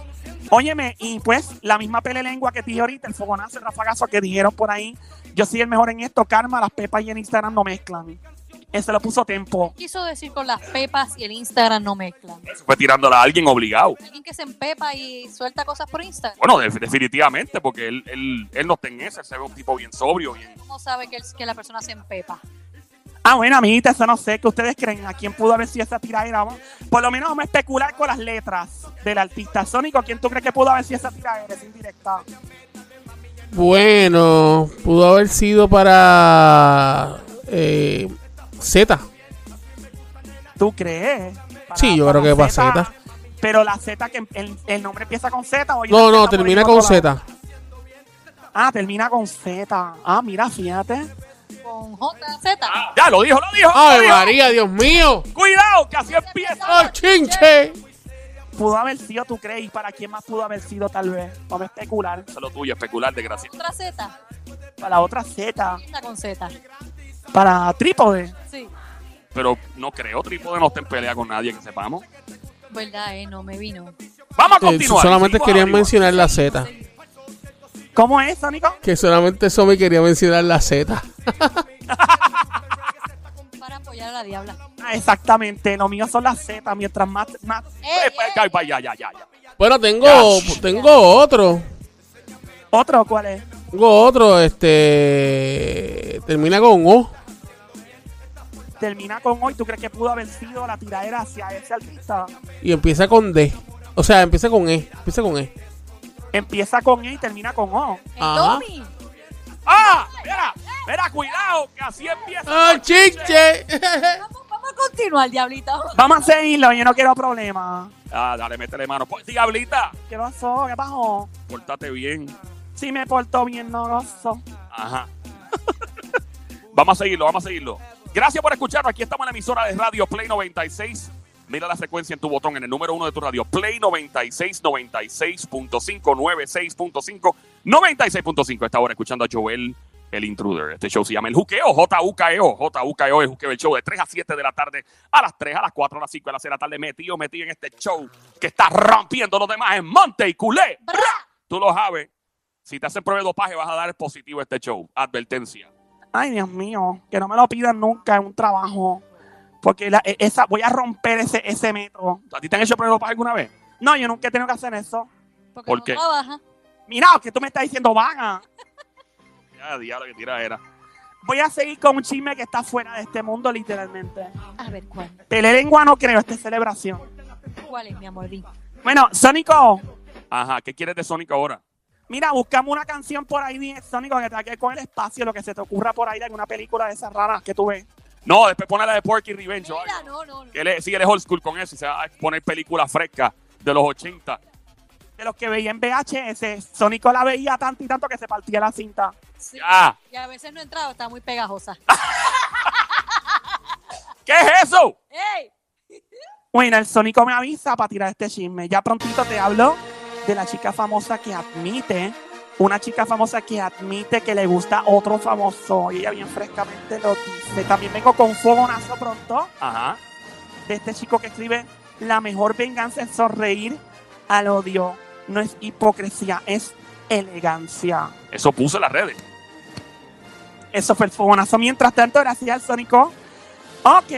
Speaker 3: Óyeme, y pues la misma pele lengua que te dije ahorita, el fogonazo, el rafagazo que dijeron por ahí. Yo soy el mejor en esto, Karma, las pepas y en Instagram no mezclan. Ese lo puso Tempo.
Speaker 2: Quiso decir con las pepas y el Instagram no mezclan.
Speaker 1: Eso fue tirándola a alguien obligado.
Speaker 2: Alguien que se empepa y suelta cosas por Instagram.
Speaker 1: Bueno, de- definitivamente, porque él, él, él no está en esa, se ve un tipo bien sobrio, bien.
Speaker 2: ¿Cómo sabe que, el- que la persona se empepa?
Speaker 3: Ah, bueno, amiguita, eso no sé. ¿Qué ustedes creen? ¿A quién pudo haber sido esa tiradera? Vamos- Por lo menos vamos a especular con las letras del artista. Sónico, ¿quién tú crees que pudo haber sido esa tiradera? Es indirecta.
Speaker 5: Bueno, pudo haber sido para eh, Z.
Speaker 3: ¿Tú crees? Para-
Speaker 5: Sí, yo
Speaker 3: para
Speaker 5: creo que va Zeta.
Speaker 3: Pero la Z, que em, el, el nombre empieza con Z. o ya
Speaker 5: No,
Speaker 3: empieza
Speaker 5: no,
Speaker 3: por
Speaker 5: termina
Speaker 3: el
Speaker 5: con
Speaker 3: otro lado?
Speaker 5: Z.
Speaker 3: Ah, termina con Z. Ah, mira, fíjate.
Speaker 2: Con JZ.
Speaker 1: Ah, ya, lo dijo, lo dijo. lo
Speaker 5: ¡Ay,
Speaker 1: dijo.
Speaker 5: María, Dios mío!
Speaker 1: Cuidado, que así empieza.
Speaker 5: ¡Ay, chinche!
Speaker 3: Pudo haber sido, ¿tú crees? ¿Y para quién más pudo haber sido, tal vez? Vamos a especular.
Speaker 1: Eso es lo tuyo, especular, desgracia.
Speaker 2: Otra Z.
Speaker 3: Para la otra Z.
Speaker 2: Termina con Z.
Speaker 3: Para Trípode.
Speaker 2: Sí.
Speaker 1: Pero no creo, Trípode no está en pelea con nadie que sepamos.
Speaker 2: Verdad, eh, no me vino.
Speaker 1: Vamos a
Speaker 5: Eh,
Speaker 1: continuar.
Speaker 5: solamente
Speaker 1: Seguimos
Speaker 5: querían
Speaker 1: arriba.
Speaker 5: mencionar la Z.
Speaker 3: ¿Cómo es, Sónico?
Speaker 5: Que solamente Somi quería mencionar la Z.
Speaker 2: Para apoyar a la diabla.
Speaker 3: Ah, exactamente. Lo mío son las Z. Mientras más, más
Speaker 2: Ey,
Speaker 1: Eh, pa-
Speaker 2: ey,
Speaker 1: pa- ya, ya, ya, ya.
Speaker 5: Bueno, tengo, tengo otro.
Speaker 3: ¿Otro cuál es?
Speaker 5: Tengo otro, este. Termina con O.
Speaker 3: Termina con hoy. ¿Tú crees que pudo haber sido la tiradera hacia ese artista?
Speaker 5: Y empieza con D. O sea, empieza con E. Empieza con E.
Speaker 3: Empieza con E y termina con O.
Speaker 2: el
Speaker 5: Ajá.
Speaker 2: Tommy.
Speaker 1: ¡Ah! Mira, mira, cuidado, que así empieza.
Speaker 5: ¡Ay, chinche!
Speaker 2: Vamos, vamos a continuar, diablita.
Speaker 3: Vamos a seguirlo. Yo no quiero problemas.
Speaker 1: Ah, dale, métele mano. Pues, Diablita,
Speaker 3: ¿Qué pasó? ¿Qué pasó?
Speaker 1: pórtate bien.
Speaker 3: Si me portó bien, no gozo.
Speaker 1: Ajá. vamos a seguirlo, vamos a seguirlo. Gracias por escucharnos. Aquí estamos en la emisora de Radio Play 96. Mira la frecuencia en tu botón, en el número uno de tu radio. Play 96, 96.5, 96.5, 96.5. Esta hora escuchando a Joel, el intruder. Este show se llama El Juqueo, J-U-K-E-O. J-U-K-E-O E es Juqueo, el show de 3 a 7 de la tarde, a las 3, a las 4, a las 5, a las 6 de la tarde. Metido, metido en este show que está rompiendo los demás en Monte y Culé. Tú lo sabes. Si te hacen prueba de dopaje, vas a dar positivo a este show. Advertencia.
Speaker 3: Ay, Dios mío, que no me lo pidan nunca en un trabajo. Porque la- e- esa, voy a romper ese, ese metro.
Speaker 1: ¿A ti te han hecho prueba de dopaje alguna vez?
Speaker 3: No, yo nunca he tenido que hacer eso.
Speaker 2: Porque
Speaker 1: ¿Por
Speaker 2: no
Speaker 1: qué?
Speaker 2: trabaja.
Speaker 3: Mira, que tú me estás diciendo vaga.
Speaker 1: Ya, diablo, que tira era.
Speaker 3: Voy a seguir con un chisme que está fuera de este mundo, literalmente.
Speaker 2: A ver, ¿cuál?
Speaker 3: Pele lengua no creo, esta es celebración.
Speaker 2: ¿Cuál es, mi amor? Di.
Speaker 3: Bueno, Sónico,
Speaker 1: Ajá, ¿qué quieres de Sonic ahora?
Speaker 3: mira, buscamos una canción por ahí, bien, Sónico, que tenga que ver con el espacio, lo que se te ocurra por ahí de alguna película de esas raras que tú ves.
Speaker 1: No, después pone la de Porky Revenge. o
Speaker 2: Mira, no,
Speaker 1: algo.
Speaker 2: no, no.
Speaker 1: Que él es- sí, él es old school con eso y se va a poner películas frescas de los 80.
Speaker 3: De los que veía en VHS, Sónico la veía tanto y tanto que se partía la cinta.
Speaker 2: Sí.
Speaker 1: Ya.
Speaker 2: Y a veces no entraba, está muy pegajosa.
Speaker 1: ¿Qué es eso?
Speaker 2: ¡Ey!
Speaker 3: Bueno, el Sónico me avisa para tirar este chisme. Ya prontito te hablo de la chica famosa que admite, una chica famosa que admite que le gusta otro famoso. Y ella bien frescamente lo dice. También vengo con un fogonazo pronto
Speaker 1: Ajá.
Speaker 3: de este chico que escribe, la mejor venganza es sonreír al odio. No es hipocresía, es elegancia.
Speaker 1: Eso puse en las redes.
Speaker 3: Eso fue el fogonazo. Mientras tanto, gracias al Sónico. Ok.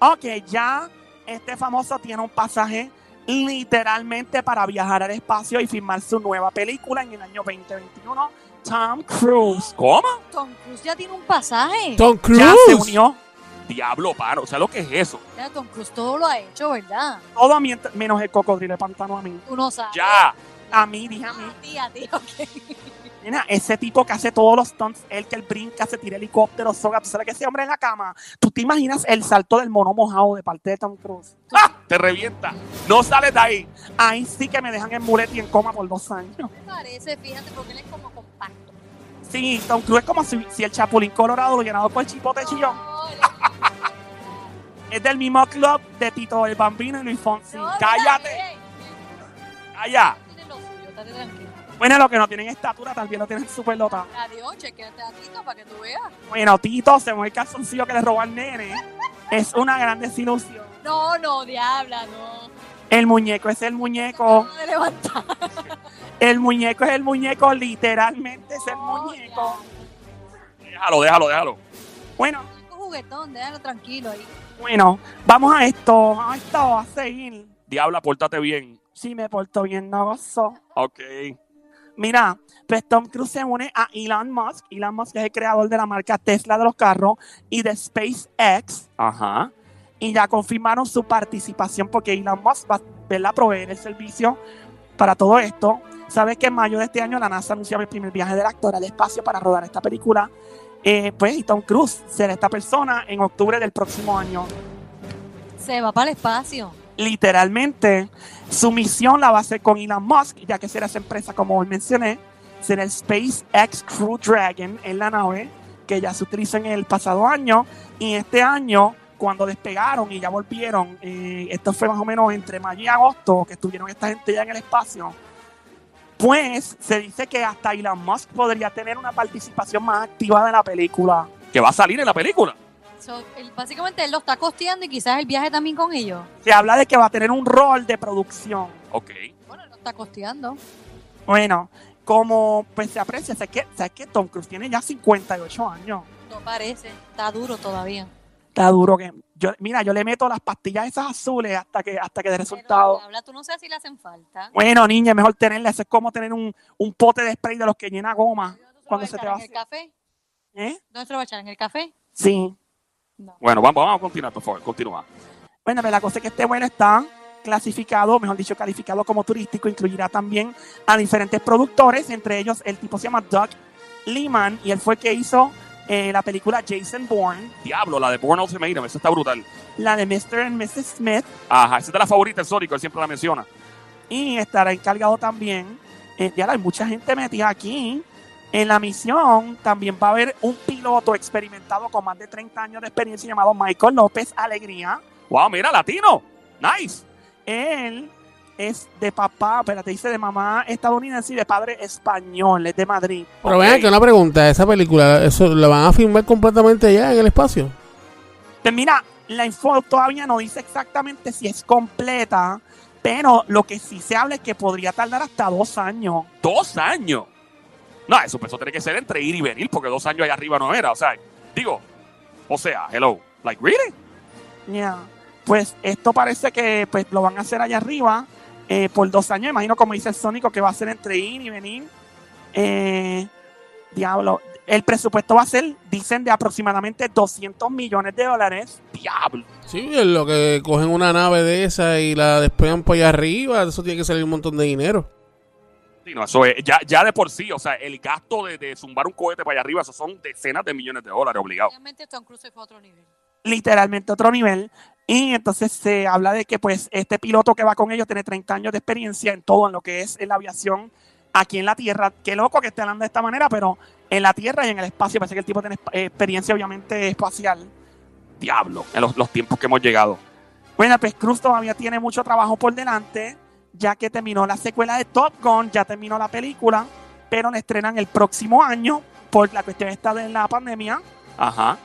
Speaker 3: Ok, ya este famoso tiene un pasaje literalmente para viajar al espacio y filmar su nueva película en el año 2021. Tom Cruise.
Speaker 1: ¿Cómo?
Speaker 2: Tom Cruise ya tiene un pasaje.
Speaker 5: Tom
Speaker 3: Ya se
Speaker 5: Cruise.
Speaker 3: unió
Speaker 1: Diablo, paro. O sea, lo que es eso.
Speaker 2: Ya, Tom Cruise todo lo ha hecho, ¿verdad?
Speaker 3: todo mientras- menos el cocodrilo de pantano a mí.
Speaker 2: Tú no sabes.
Speaker 1: Ya.
Speaker 3: A mí, dije a mí.
Speaker 2: A ti, a ti, ok.
Speaker 3: Nena, ese tipo que hace todos los stunts, él que él brinca, se tira helicóptero, soga. ¿Tú sabes que ese hombre en la cama? ¿Tú te imaginas el salto del mono mojado de parte de Tom Cruise?
Speaker 1: ¡Ah! Te revienta. No sales de ahí.
Speaker 3: Ahí sí que me dejan en mulet y en coma por dos años.
Speaker 2: Me parece, fíjate, porque él es como compacto.
Speaker 3: Sí, Tom Cruise es como si, si el Chapulín Colorado lo llenado por el Chipote Chillón.
Speaker 2: No, él
Speaker 3: Es del mismo club de Tito el Bambino y Luis Fonsi.
Speaker 2: es- no,
Speaker 3: ¡Cállate!
Speaker 2: mira, ey,
Speaker 1: Calla.
Speaker 2: él Tiene lo suyo, estate tranquilo.
Speaker 3: Bueno, los que no tienen estatura también lo tienen súper lota.
Speaker 2: Adiós, chequeate a Tito para que tú veas.
Speaker 3: Bueno, Tito se mueve el calzoncillo que le robó al nene. Es una gran desilusión.
Speaker 2: No, no, diabla, no.
Speaker 3: El muñeco es el muñeco.
Speaker 2: No, de levantar.
Speaker 3: El muñeco es el muñeco. Literalmente es el muñeco.
Speaker 1: Déjalo, déjalo, déjalo.
Speaker 3: Bueno,
Speaker 2: Un juguetón, déjalo tranquilo ahí.
Speaker 3: bueno, vamos a esto. A esto, a seguir.
Speaker 1: Diabla, pórtate bien.
Speaker 3: Si me porto bien, no gozo.
Speaker 1: Ok.
Speaker 3: Mira, pues Tom Cruise se une a Elon Musk. Elon Musk es el creador de la marca Tesla de los carros y de SpaceX.
Speaker 1: Ajá.
Speaker 3: Y ya confirmaron su participación porque Elon Musk va a verla proveer el servicio Para todo esto, sabes que en mayo de este año la NASA anunciaba el primer viaje del actor al espacio para rodar esta película. Eh, pues y Tom Cruise será esta persona en octubre del próximo año.
Speaker 2: Se va para el espacio.
Speaker 3: Literalmente, su misión la va a hacer con Elon Musk, ya que será esa empresa, como hoy mencioné, será el SpaceX Crew Dragon en la nave, que ya se utilizó en el pasado año. Y este año, cuando despegaron y ya volvieron, eh, esto fue más o menos entre mayo y agosto, que estuvieron esta gente ya en el espacio. Pues se dice que hasta Elon Musk podría tener una participación más activa de la película.
Speaker 1: Que va a salir en la película.
Speaker 2: So, él- básicamente él lo está costeando y quizás el viaje también con ellos.
Speaker 3: Se habla de que va a tener un rol de producción.
Speaker 1: Ok.
Speaker 2: Bueno, él lo está costeando.
Speaker 3: Bueno, como pues se aprecia, sabes que, sabes que Tom Cruise tiene ya 58 años.
Speaker 2: No parece. Está duro todavía.
Speaker 3: Está duro que yo, mira, yo le meto las pastillas esas azules hasta que hasta que dé resultado.
Speaker 2: Pero, habla, tú no sabes si le hacen falta.
Speaker 3: Bueno, niña, es mejor tenerla. Eso es como tener un, un pote de spray de los que llena goma
Speaker 2: ¿Dónde
Speaker 3: cuando se
Speaker 2: se
Speaker 3: te
Speaker 2: lo
Speaker 3: va.
Speaker 2: va a echar? ¿En el café?
Speaker 3: ¿Eh?
Speaker 2: ¿Dónde se lo va a echar? ¿En el café?
Speaker 3: Sí.
Speaker 2: No.
Speaker 1: Bueno, vamos, vamos a continuar, por favor. Continúa.
Speaker 3: Bueno, pero la cosa es que este vuelo está clasificado, mejor dicho, calificado como turístico, incluirá también a diferentes productores, entre ellos el tipo se llama Doug Liman y él fue el que hizo eh, la película Jason Bourne,
Speaker 1: Diablo, la de Born Ultimatum. Esa está brutal.
Speaker 3: la de Mr. and Mrs. Smith,
Speaker 1: Ajá, esa es de la favorita, el Sónico. Él siempre la menciona.
Speaker 3: y estará encargado también, eh, ya hay mucha gente metida aquí, en la misión también va a haber un piloto experimentado con más de 30 años de experiencia llamado Michael López Alegría.
Speaker 1: Wow, mira, latino. Nice.
Speaker 3: Él es de papá, pero te dice de mamá estadounidense y de padre español, es de Madrid.
Speaker 5: Pero vean que una pregunta, esa película, eso la van a filmar completamente allá en el espacio.
Speaker 3: Pues mira, la info todavía no dice exactamente si es completa, pero lo que sí se habla es que podría tardar hasta dos años.
Speaker 1: Dos años. No, eso, pues, eso tiene que ser entre ir y venir, porque dos años allá arriba no era. O sea, digo, o sea, hello. Like, really?
Speaker 3: Ya. Pues esto parece que pues, lo van a hacer allá arriba eh, por dos años. Imagino, como dice el Sónico, que va a ser entre ir y venir. Eh, diablo, el presupuesto va a ser, dicen, de aproximadamente 200 millones de dólares.
Speaker 1: Diablo.
Speaker 5: Sí, es lo que cogen una nave de esa y la despegan para allá arriba, eso tiene que salir un montón de dinero.
Speaker 1: Sí, no, eso es, ya, ya de por sí, o sea, el gasto de, de zumbar un cohete para allá arriba, eso son decenas de millones de dólares obligado.
Speaker 2: Obviamente Tom Cruise se fue a otro nivel.
Speaker 3: literalmente otro nivel. Y entonces se habla de que pues este piloto que va con ellos tiene 30 años de experiencia en todo en lo que es en la aviación aquí en la Tierra. Qué loco que esté hablando de esta manera, pero en la Tierra y en el espacio. Parece que el tipo tiene esp- eh, experiencia obviamente espacial.
Speaker 1: Diablo, en los, los tiempos que hemos llegado.
Speaker 3: Bueno, pues Cruz todavía tiene mucho trabajo por delante, ya que terminó la secuela de Top Gun, ya terminó la película, pero la estrenan el próximo año por la cuestión esta de la pandemia.
Speaker 1: Ajá.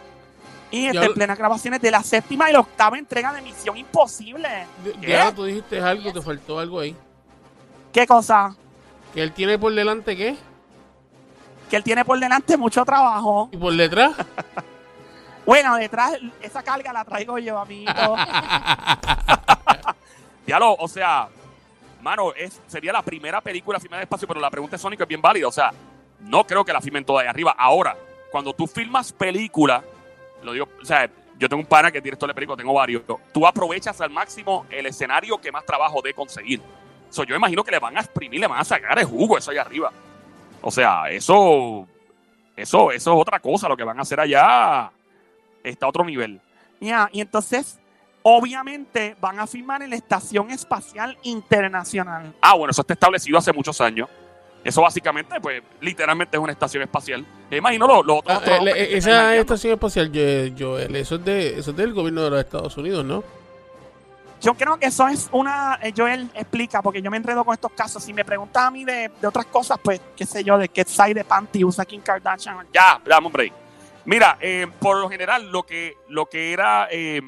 Speaker 3: Y
Speaker 5: Ya
Speaker 3: está en
Speaker 5: lo-
Speaker 3: plenas grabaciones de la séptima y la octava entrega de Misión Imposible.
Speaker 1: ¿Qué?
Speaker 5: Ya tú dijiste algo, te faltó algo ahí.
Speaker 3: ¿Qué cosa?
Speaker 5: ¿Que él tiene por delante qué?
Speaker 3: que él tiene por delante mucho trabajo.
Speaker 5: ¿Y por detrás?
Speaker 3: Bueno, detrás, esa carga la traigo yo, amiguito.
Speaker 1: Diablo, o sea, mano, es, sería la primera película filmada en el espacio, pero la pregunta de Sonic es bien válida. O sea, no creo que la filmen toda allá arriba. Ahora, cuando tú filmas película, lo digo, o sea, yo tengo un pana que es director de película, tengo varios. Tú aprovechas al máximo el escenario que más trabajo de conseguir. So, yo imagino que le van a exprimir, le van a sacar el jugo eso allá arriba. O sea, eso, eso, eso es otra cosa. Lo que van a hacer allá está a otro nivel.
Speaker 3: Ya, y entonces, obviamente, van a firmar en la Estación Espacial Internacional.
Speaker 1: Ah, bueno, eso está establecido hace muchos años. Eso básicamente, pues, literalmente es una estación espacial. Me imagino los, los otros
Speaker 5: Ah, eh,
Speaker 1: astronautas
Speaker 5: le-
Speaker 1: que
Speaker 5: eh,
Speaker 1: están
Speaker 5: esa
Speaker 1: jangueando.
Speaker 5: estación espacial, Yo- Joel, eso es, de, eso es del gobierno de los Estados Unidos, ¿no?
Speaker 3: Yo creo que eso es una. eh, Joel explica, porque yo me enredo con estos casos. Si me preguntas a mí de, de otras cosas, pues, qué sé yo, de qué size de panty usa Kim Kardashian.
Speaker 1: Ya, dame un break. Mira, eh, por lo general, lo que, lo que era eh,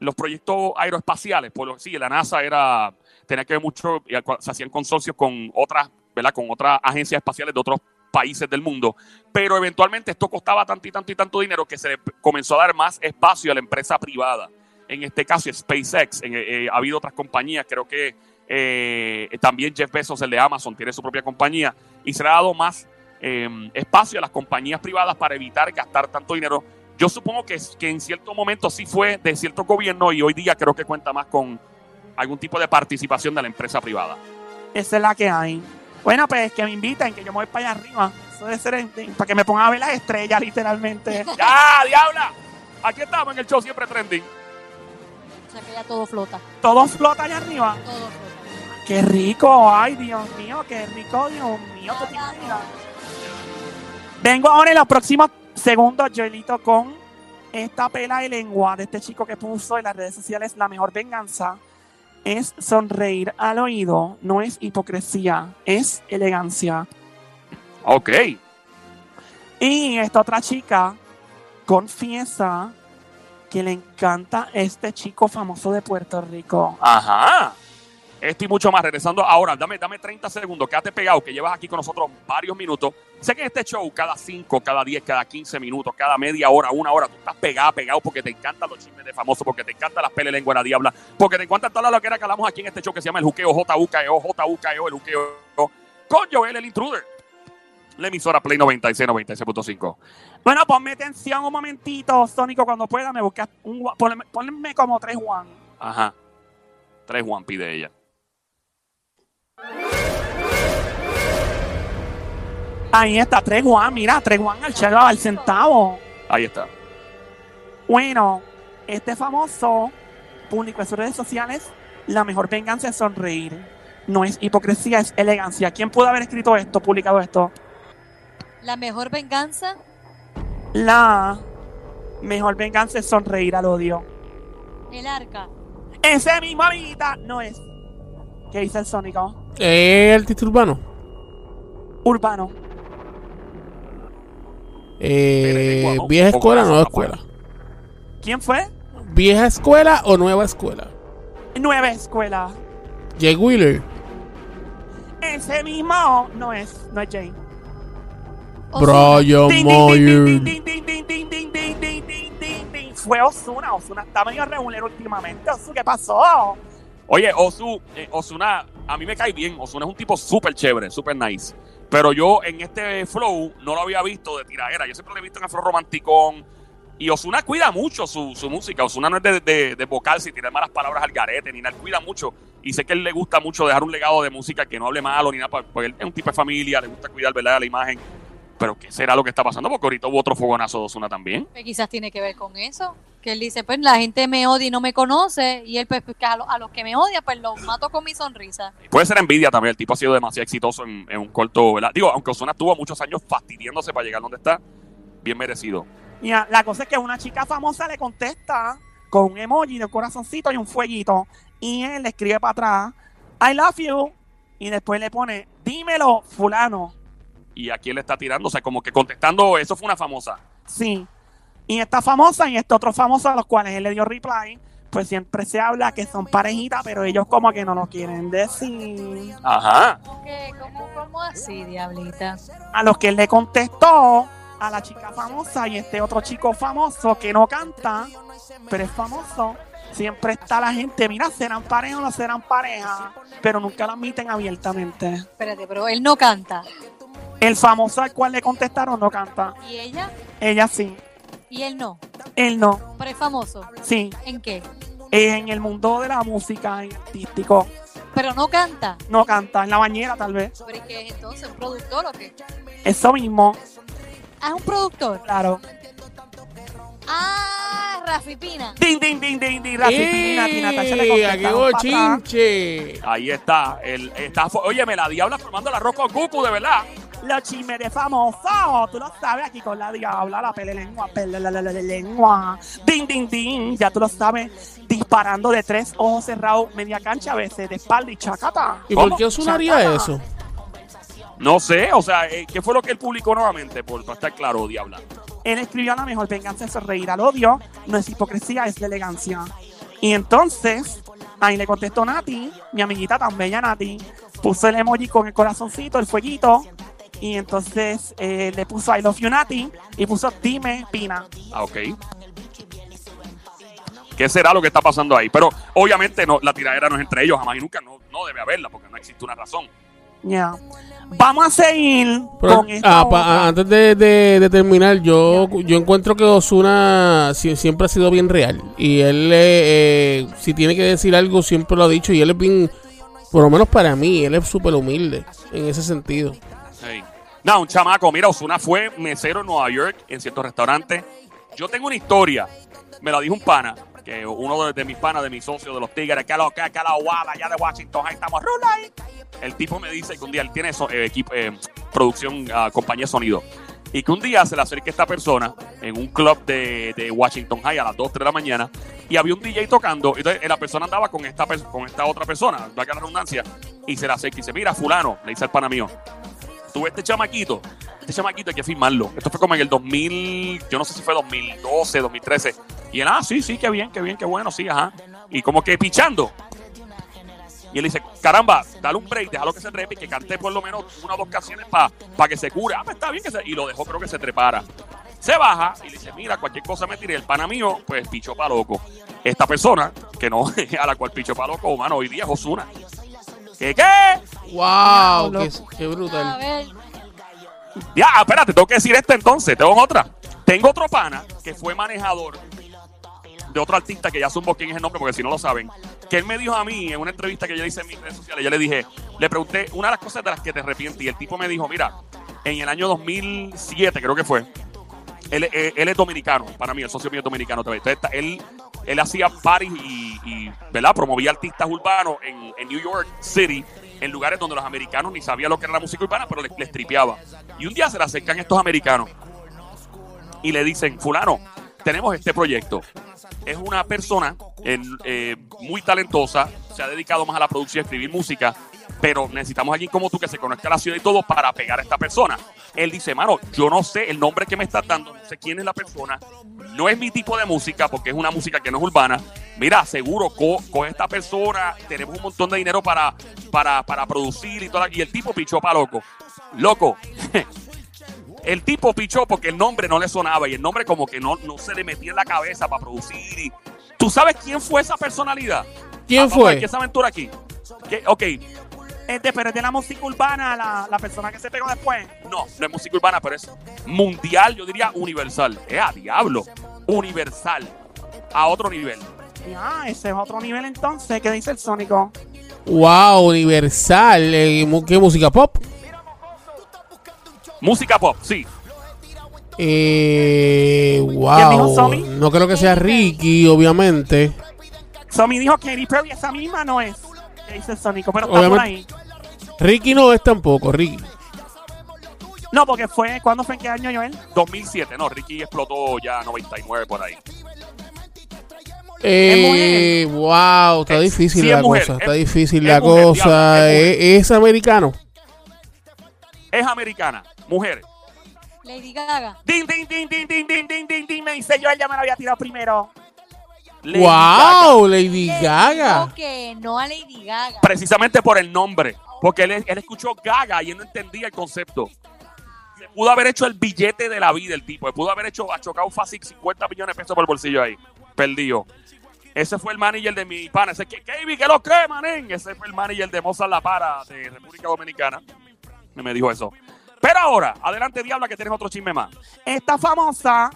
Speaker 1: los proyectos aeroespaciales, por lo, sí, la NASA era, tenía que ver mucho, y acu- se hacían consorcios con otras, ¿verdad? Con otras agencias espaciales de otros países del mundo, pero eventualmente esto costaba tanto y tanto y tanto dinero que se le p- comenzó a dar más espacio a la empresa privada. En este caso, SpaceX. En- eh, ha habido otras compañías, creo que eh, también Jeff Bezos, el de Amazon, tiene su propia compañía y se le ha dado más eh, espacio a las compañías privadas para evitar gastar tanto dinero. Yo supongo que, que en cierto momento sí fue de cierto gobierno y hoy día creo que cuenta más con algún tipo de participación de la empresa privada.
Speaker 3: Esa es la que hay. Bueno, pues que me inviten, que yo me voy para allá arriba. Eso debe ser en- para que me pongan a ver las estrellas, literalmente.
Speaker 1: ¡Ya, diabla! Aquí estamos en el show siempre trending.
Speaker 2: O sea que ya todo flota,
Speaker 3: Todo flota allá arriba.
Speaker 2: todo flota.
Speaker 3: Qué rico, ay, Dios mío, qué rico, Dios mío. ¿tú te imaginas? Vengo ahora en los próximos segundos, Joelito, con esta pela de lengua de este chico que puso en las redes sociales la mejor venganza. Es sonreír al oído, no es hipocresía, es elegancia.
Speaker 1: Ok.
Speaker 3: Y esta otra chica confiesa que le encanta este chico famoso de Puerto Rico.
Speaker 1: Ajá. Esto y mucho más. Regresando ahora, dame, dame 30 segundos. Quédate pegado, que llevas aquí con nosotros varios minutos. Sé que en este show, cada 5, cada 10, cada 15 minutos, cada media hora, una hora, tú estás pegado, pegado porque te encantan los chismes de famosos, porque te encantan las pele lengua de la diabla, porque te encanta toda la loquera que hablamos aquí en este show que se llama el Juqueo, J-U-K-E-O, J-U-K-E-O, E el Juqueo, con Joel el Intruder. La emisora Play 96, 96.5.
Speaker 3: Bueno, ponme atención un momentito, Sónico, cuando pueda me buscas un gua- ponme, ponme como tres Juan.
Speaker 1: Ajá. Tres Juan pide ella.
Speaker 3: Ahí está, tres Juan, mira, tres Juan al chelo al centavo.
Speaker 1: Ahí está.
Speaker 3: Bueno, este famoso publicó en sus redes sociales la mejor venganza es sonreír. No es hipocresía, es elegancia. ¿Quién pudo haber escrito esto, publicado esto?
Speaker 2: La mejor venganza,
Speaker 3: La mejor venganza es sonreír al odio.
Speaker 2: el arca.
Speaker 3: Ese mismo amiguita no es. ¿Qué dice el Sónico?
Speaker 5: Eh, artista urbano.
Speaker 3: Urbano.
Speaker 5: Eh,
Speaker 1: Pero, ¿no?
Speaker 5: vieja escuela,
Speaker 1: Ojo,
Speaker 5: nueva
Speaker 1: ojo,
Speaker 5: escuela.
Speaker 3: ¿Quién fue?
Speaker 5: Vieja escuela o nueva escuela.
Speaker 3: Nueva escuela.
Speaker 5: Jay Wheeler,
Speaker 3: Ese mismo no es, no es Jane.
Speaker 2: Ozuna.
Speaker 3: Ding,
Speaker 5: Brian
Speaker 3: ding, ding,
Speaker 5: Moyer.
Speaker 3: ding, ding, ding, ding, ding, ding, ding, ding, ding, ding. Fue Osuna, Osuna está medio regulero últimamente. Osu, ¿qué pasó?
Speaker 1: Oye, Osu, eh, Osuna, a mí me cae bien. Osuna es un tipo súper chévere, súper nice. Pero yo en este flow no lo había visto de tiradera. Yo siempre lo he visto en el flow romanticón. Y Osuna cuida mucho su, su música. Osuna no es de, de, de vocal, si tirar malas palabras al garete, ni nada. Él cuida mucho. Y sé que él le gusta mucho dejar un legado de música que no hable malo, ni nada. Porque él es un tipo de familia, le gusta cuidar, ¿verdad?, la imagen. Pero ¿qué será lo que está pasando? Porque ahorita hubo otro fogonazo de Osuna también.
Speaker 2: Que quizás tiene que ver con eso. Que él dice, pues la gente me odia y no me conoce. Y él, pues, pues, que a, lo- a los que me odia, pues los mato con mi sonrisa.
Speaker 1: Puede ser envidia también. El tipo ha sido demasiado exitoso en, en un corto, ¿verdad? Digo, aunque Osuna estuvo muchos años fastidiándose para llegar donde está, bien merecido.
Speaker 3: Mira, la cosa es que una chica famosa le contesta con un emoji de un corazoncito y un fueguito. Y él le escribe para atrás, I love you. Y después le pone, dímelo, fulano.
Speaker 1: ¿Y a quién le está tirando? O sea, como que contestando, eso fue una famosa.
Speaker 3: Sí. Y esta famosa y este otro famoso a los cuales él le dio reply, pues siempre se habla que son parejitas, pero ellos como que no lo quieren decir.
Speaker 1: Ajá.
Speaker 2: ¿Cómo que- cómo- cómo así, diablita?
Speaker 3: A los que él le contestó a la chica famosa y este otro chico famoso que no canta, pero es famoso. Siempre está la gente, mira, serán pareja o no serán pareja, pero nunca la admiten abiertamente.
Speaker 2: Espérate, pero él no canta.
Speaker 3: El famoso al cual le contestaron no canta.
Speaker 2: ¿Y ella?
Speaker 3: Ella sí,
Speaker 2: ¿Y él no?
Speaker 3: él no,
Speaker 2: Pero es famoso.
Speaker 3: sí.
Speaker 2: ¿En qué?
Speaker 3: En el mundo de la música y artístico,
Speaker 2: Pero no canta.
Speaker 3: no canta, en la bañera tal vez.
Speaker 2: ¿Pero ¿y qué es entonces? ¿Un productor o qué?
Speaker 3: Eso mismo,
Speaker 2: Ah, es un productor.
Speaker 3: claro.
Speaker 2: Ah, Rafi Pina.
Speaker 3: Ding, ding, ding, ding, ding, Rafi Pina, Tina Tacha le
Speaker 5: ¡Ey! ¡Aquí
Speaker 3: contestaron
Speaker 5: hubo
Speaker 3: pa' atrás.
Speaker 5: chinche!
Speaker 1: Ahí está. El, está fo- óyeme, la diabla formando la roca con Cucu, de verdad.
Speaker 3: Los chismes de famosos, tú lo sabes aquí con la diabla, la pele lengua, pele la, la, la, la, lengua. Ding, ding, ding, ya tú lo sabes. Disparando de tres ojos cerrados, media cancha a veces, de espalda y chacata.
Speaker 5: ¿Y
Speaker 1: ¿Cómo?
Speaker 5: por qué Ozuna haría eso?
Speaker 1: No sé, o sea, eh, ¿qué fue lo que él publicó nuevamente? Por para estar claro, diabla.
Speaker 3: Él escribió la mejor venganza es sonreír al odio, no es hipocresía, es la elegancia. Y entonces, ahí le contestó Nati, mi amiguita tan bella Nati, puso el emoji con el corazoncito, el fueguito, y entonces eh, le puso I love you Nati, y puso dime Pina.
Speaker 1: Ah, ok. ¿Qué será lo que está pasando ahí? Pero obviamente no, la tiradera no es entre ellos, jamás y nunca. No, no debe haberla porque no existe una razón.
Speaker 3: Ya. Vamos a seguir
Speaker 5: Pero,
Speaker 3: con esto.
Speaker 5: ah, pa- ah, antes de, de- de terminar, yo, yo encuentro que Osuna siempre ha sido bien real. Y él, eh, eh, si tiene que decir algo, siempre lo ha dicho. Y él es bien Por lo menos para mí, él es súper humilde en ese sentido.
Speaker 1: Ey. No, un chamaco. Mira, Osuna fue mesero en Nueva York, en ciertos restaurantes. Yo tengo una historia. Me la dijo un pana. Que uno de, de mis panas, de mis socios, de los Tigres, que a la, que a la Wala, allá de Washington, ahí estamos. rula ahí. El tipo me dice que un día él tiene eso, eh, equipo, eh, producción, ah, compañía de sonido. Y que un día se le acerca esta persona en un club de, de Washington High a las 2, 3 de la mañana y había un DJ tocando. Entonces eh, la persona andaba con esta, pers- con esta otra persona, va a la redundancia, y se le acerca y dice: Mira, Fulano, le dice al pana mío, tuve este chamaquito. Este chamaquito hay que firmarlo. Esto fue como en el 2000, yo no sé si fue 2012, 2013. Y él, ah, sí, sí, qué bien, qué bien, qué bueno, sí, ajá. Y como que pichando. Y él dice, caramba, dale un break, déjalo que se trepe y que cante por lo menos una o dos canciones para que se cure. Ah, pues está bien que se... Y lo dejó, creo que se trepara. Se baja y le dice, mira, cualquier cosa me tiré. El pana mío, pues pichó pa' loco. Esta persona, que no, a la cual pichó pa' loco, humano, hoy día es Osuna. ¿Qué qué?
Speaker 5: ¡Wow! Qué, qué
Speaker 2: A
Speaker 5: brutal.
Speaker 2: ver,
Speaker 1: Ya, ah, espérate, tengo que decir esta entonces. Tengo otra. Tengo otro pana que fue manejador de otro artista que ya son quién es el nombre porque si no lo saben. Que él me dijo a mí en una entrevista que yo le hice en mis redes sociales. Yo le dije, le pregunté una de las cosas de las que te arrepientes. Y el tipo me dijo, mira, en el año 2007, creo que fue, él, él- él es dominicano, para mí, el socio mío es dominicano. otra vez. Entonces, está- él, él hacía parties y, y, ¿verdad? promovía artistas urbanos en, en New York City, en lugares donde los americanos ni sabían lo que era la música urbana, pero les, les tripeaba. Y un día se le acercan estos americanos y le dicen, fulano, tenemos este proyecto. Es una persona en- eh, muy talentosa, se ha dedicado más a la producción, a escribir música, pero necesitamos a alguien como tú que se conozca a la ciudad y todo para pegar a esta persona. Él dice, mano, yo no sé el nombre que me estás dando, no sé quién es la persona, no es mi tipo de música porque es una música que no es urbana. Mira, seguro, co- coge esta persona, tenemos un montón de dinero para, para, para producir y todo. Y el tipo pichó para loco. Loco, el tipo pichó porque el nombre no le sonaba y el nombre como que no, no se le metía en la cabeza para producir. y- ¿Tú sabes quién fue esa personalidad?
Speaker 5: ¿Quién
Speaker 1: Ah,
Speaker 5: fue?
Speaker 1: ¿Qué es aventura aquí? ¿Qué? Ok,
Speaker 3: Es de- Este, pero es de la música urbana, la, la persona que se pegó después.
Speaker 1: no, no es música urbana, pero es mundial, yo diría universal. ¡Eh, a diablo! Universal. A otro nivel.
Speaker 3: Ya, ese es otro nivel entonces. ¿Qué dice el Sónico?
Speaker 5: ¡Wow! Universal. eh, mu- ¿Qué música pop?
Speaker 1: Música pop, sí.
Speaker 5: Eh,
Speaker 3: ¿Quién dijo
Speaker 5: ¡Wow!
Speaker 3: Sony?
Speaker 5: No creo que sea
Speaker 2: Este.
Speaker 5: Ricky, obviamente.
Speaker 3: Somi dijo Katy Perry, esa misma no es. ¿Qué dice el Sónico? Pero está por ahí.
Speaker 5: Obviamente. Ricky no es tampoco, Ricky.
Speaker 3: No, porque fue, ¿cuándo fue en qué año, Joel?
Speaker 1: 2007, no, Ricky explotó ya 99 por ahí.
Speaker 5: Eh, wow, está
Speaker 1: Eh,
Speaker 5: difícil
Speaker 1: sí, es
Speaker 5: la
Speaker 1: mujer,
Speaker 5: cosa,
Speaker 1: es-
Speaker 5: está difícil
Speaker 1: es
Speaker 5: la
Speaker 1: mujer,
Speaker 5: cosa.
Speaker 1: diablo, es
Speaker 5: Eh, Es, americano.
Speaker 1: Es americana, mujer.
Speaker 2: Lady Gaga.
Speaker 3: Din, din, din, din, din, din, din, din, din, me dice Joel, ya me la había tirado primero.
Speaker 1: Lady Gaga.
Speaker 5: wow, Lady
Speaker 2: Le
Speaker 5: Gaga.
Speaker 2: digo que no a Lady Gaga.
Speaker 1: Precisamente por el nombre. Porque él, él escuchó Gaga y él no entendía el concepto. Se pudo haber hecho el billete de la vida el tipo. Se pudo haber hecho, ha chocado fácil 50 millones de pesos por el bolsillo ahí. Perdido. Ese fue el manager de mi pana. Ese que, Kevin, que lo cree, manen. Ese fue el manager de Mozart La Para de República Dominicana. Y me dijo eso. Pero ahora, adelante, Diabla, que tienes otro chisme más.
Speaker 3: Esta famosa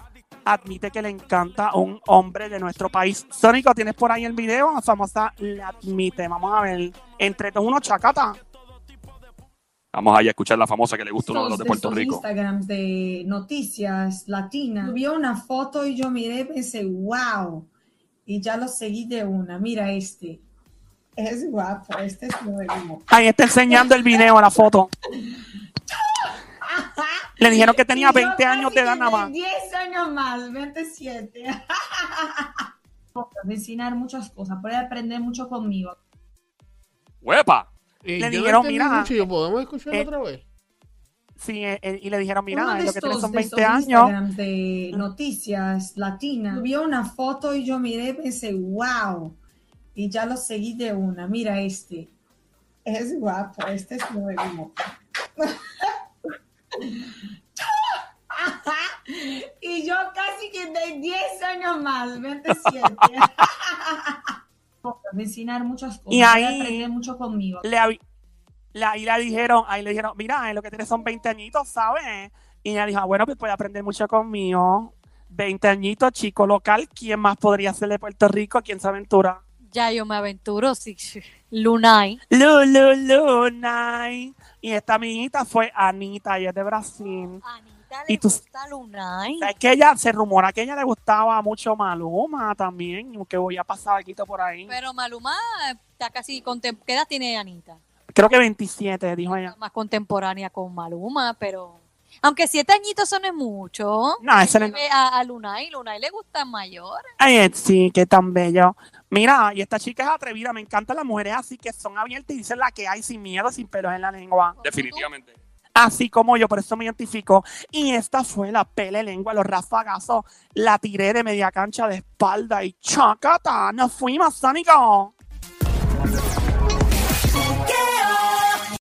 Speaker 3: admite que le encanta un hombre de nuestro país. Sónico, ¿tienes por ahí el video? La famosa le admite. Vamos a ver. Entre todos unos chacata.
Speaker 1: Vamos allá a escuchar la famosa que le gusta uno de los de
Speaker 7: estos-
Speaker 1: Puerto
Speaker 7: estos
Speaker 1: Rico.
Speaker 7: Instagrams de noticias latinas. Subió una foto y yo miré, pensé, wow. Y ya lo seguí de una. Mira este. Es guapo, este es nuevo.
Speaker 3: Ahí está enseñando el video, la foto. Le dijeron que tenía
Speaker 7: Y yo
Speaker 3: 20 años
Speaker 7: casi
Speaker 3: de edad
Speaker 7: que
Speaker 3: nada más.
Speaker 7: 10 años más, 27. Me enseñar muchas cosas, puede aprender mucho conmigo.
Speaker 1: ¡Huepa!
Speaker 3: Le
Speaker 5: Eh, yo no
Speaker 3: dijeron,
Speaker 5: entendí
Speaker 3: mira,
Speaker 5: mucho, yo, ¿Podemos escucharlo
Speaker 3: eh,
Speaker 5: otra vez?
Speaker 3: Sí, eh, eh, y le dijeron,
Speaker 7: Uno
Speaker 3: mira,
Speaker 7: de
Speaker 3: lo que tienes
Speaker 7: estos-
Speaker 3: son
Speaker 7: de estos
Speaker 3: 20 años.
Speaker 7: Instagrams de noticias latinas. Subió una foto y yo miré, pensé, wow. Y ya lo seguí de una. Mira este. Es guapo, este es nuevo. y yo casi que de 10 años más, 27. Me enseñar muchas cosas.
Speaker 3: Y ahí-
Speaker 7: puede aprender mucho conmigo.
Speaker 3: le, avi- la- ahí le dijeron, ahí le dijeron, mira, eh, lo que tienes son 20 añitos, ¿sabes? Y ella dijo, "Ah, bueno, pues puede aprender mucho conmigo. 20 añitos, chico local, ¿quién más podría ser de Puerto Rico? ¿Quién se aventura?
Speaker 2: Ya yo me aventuro, sí. Lunay.
Speaker 3: Lulu Lunay. Y esta amiguita fue Anita, ella es de Brasil.
Speaker 2: Anita
Speaker 3: le ¿Y
Speaker 2: le
Speaker 3: tú-
Speaker 2: gusta Lunay.
Speaker 3: Es que ella se rumora que a ella le gustaba mucho Maluma también, que voy a pasar quito por ahí.
Speaker 2: Pero Maluma está casi... contem- ¿Qué edad tiene Anita?
Speaker 3: Creo que 27, dijo ella.
Speaker 2: Más contemporánea con Maluma, pero... Aunque siete añitos eso no es mucho.
Speaker 3: No, ese no es-
Speaker 2: Ve A, a Lunay, Lunay le gustan mayores.
Speaker 3: Ay, eh, sí, qué tan bello. Mira, y esta chica es atrevida, me encantan las mujeres así que son abiertas y dicen la que hay sin miedo, sin pelos en la lengua.
Speaker 1: Definitivamente.
Speaker 3: Así como yo, por eso me identifico. Y esta fue la pele lengua, los rafagazos, la tiré de media cancha de espalda y chacata, nos fuimos, Sónico.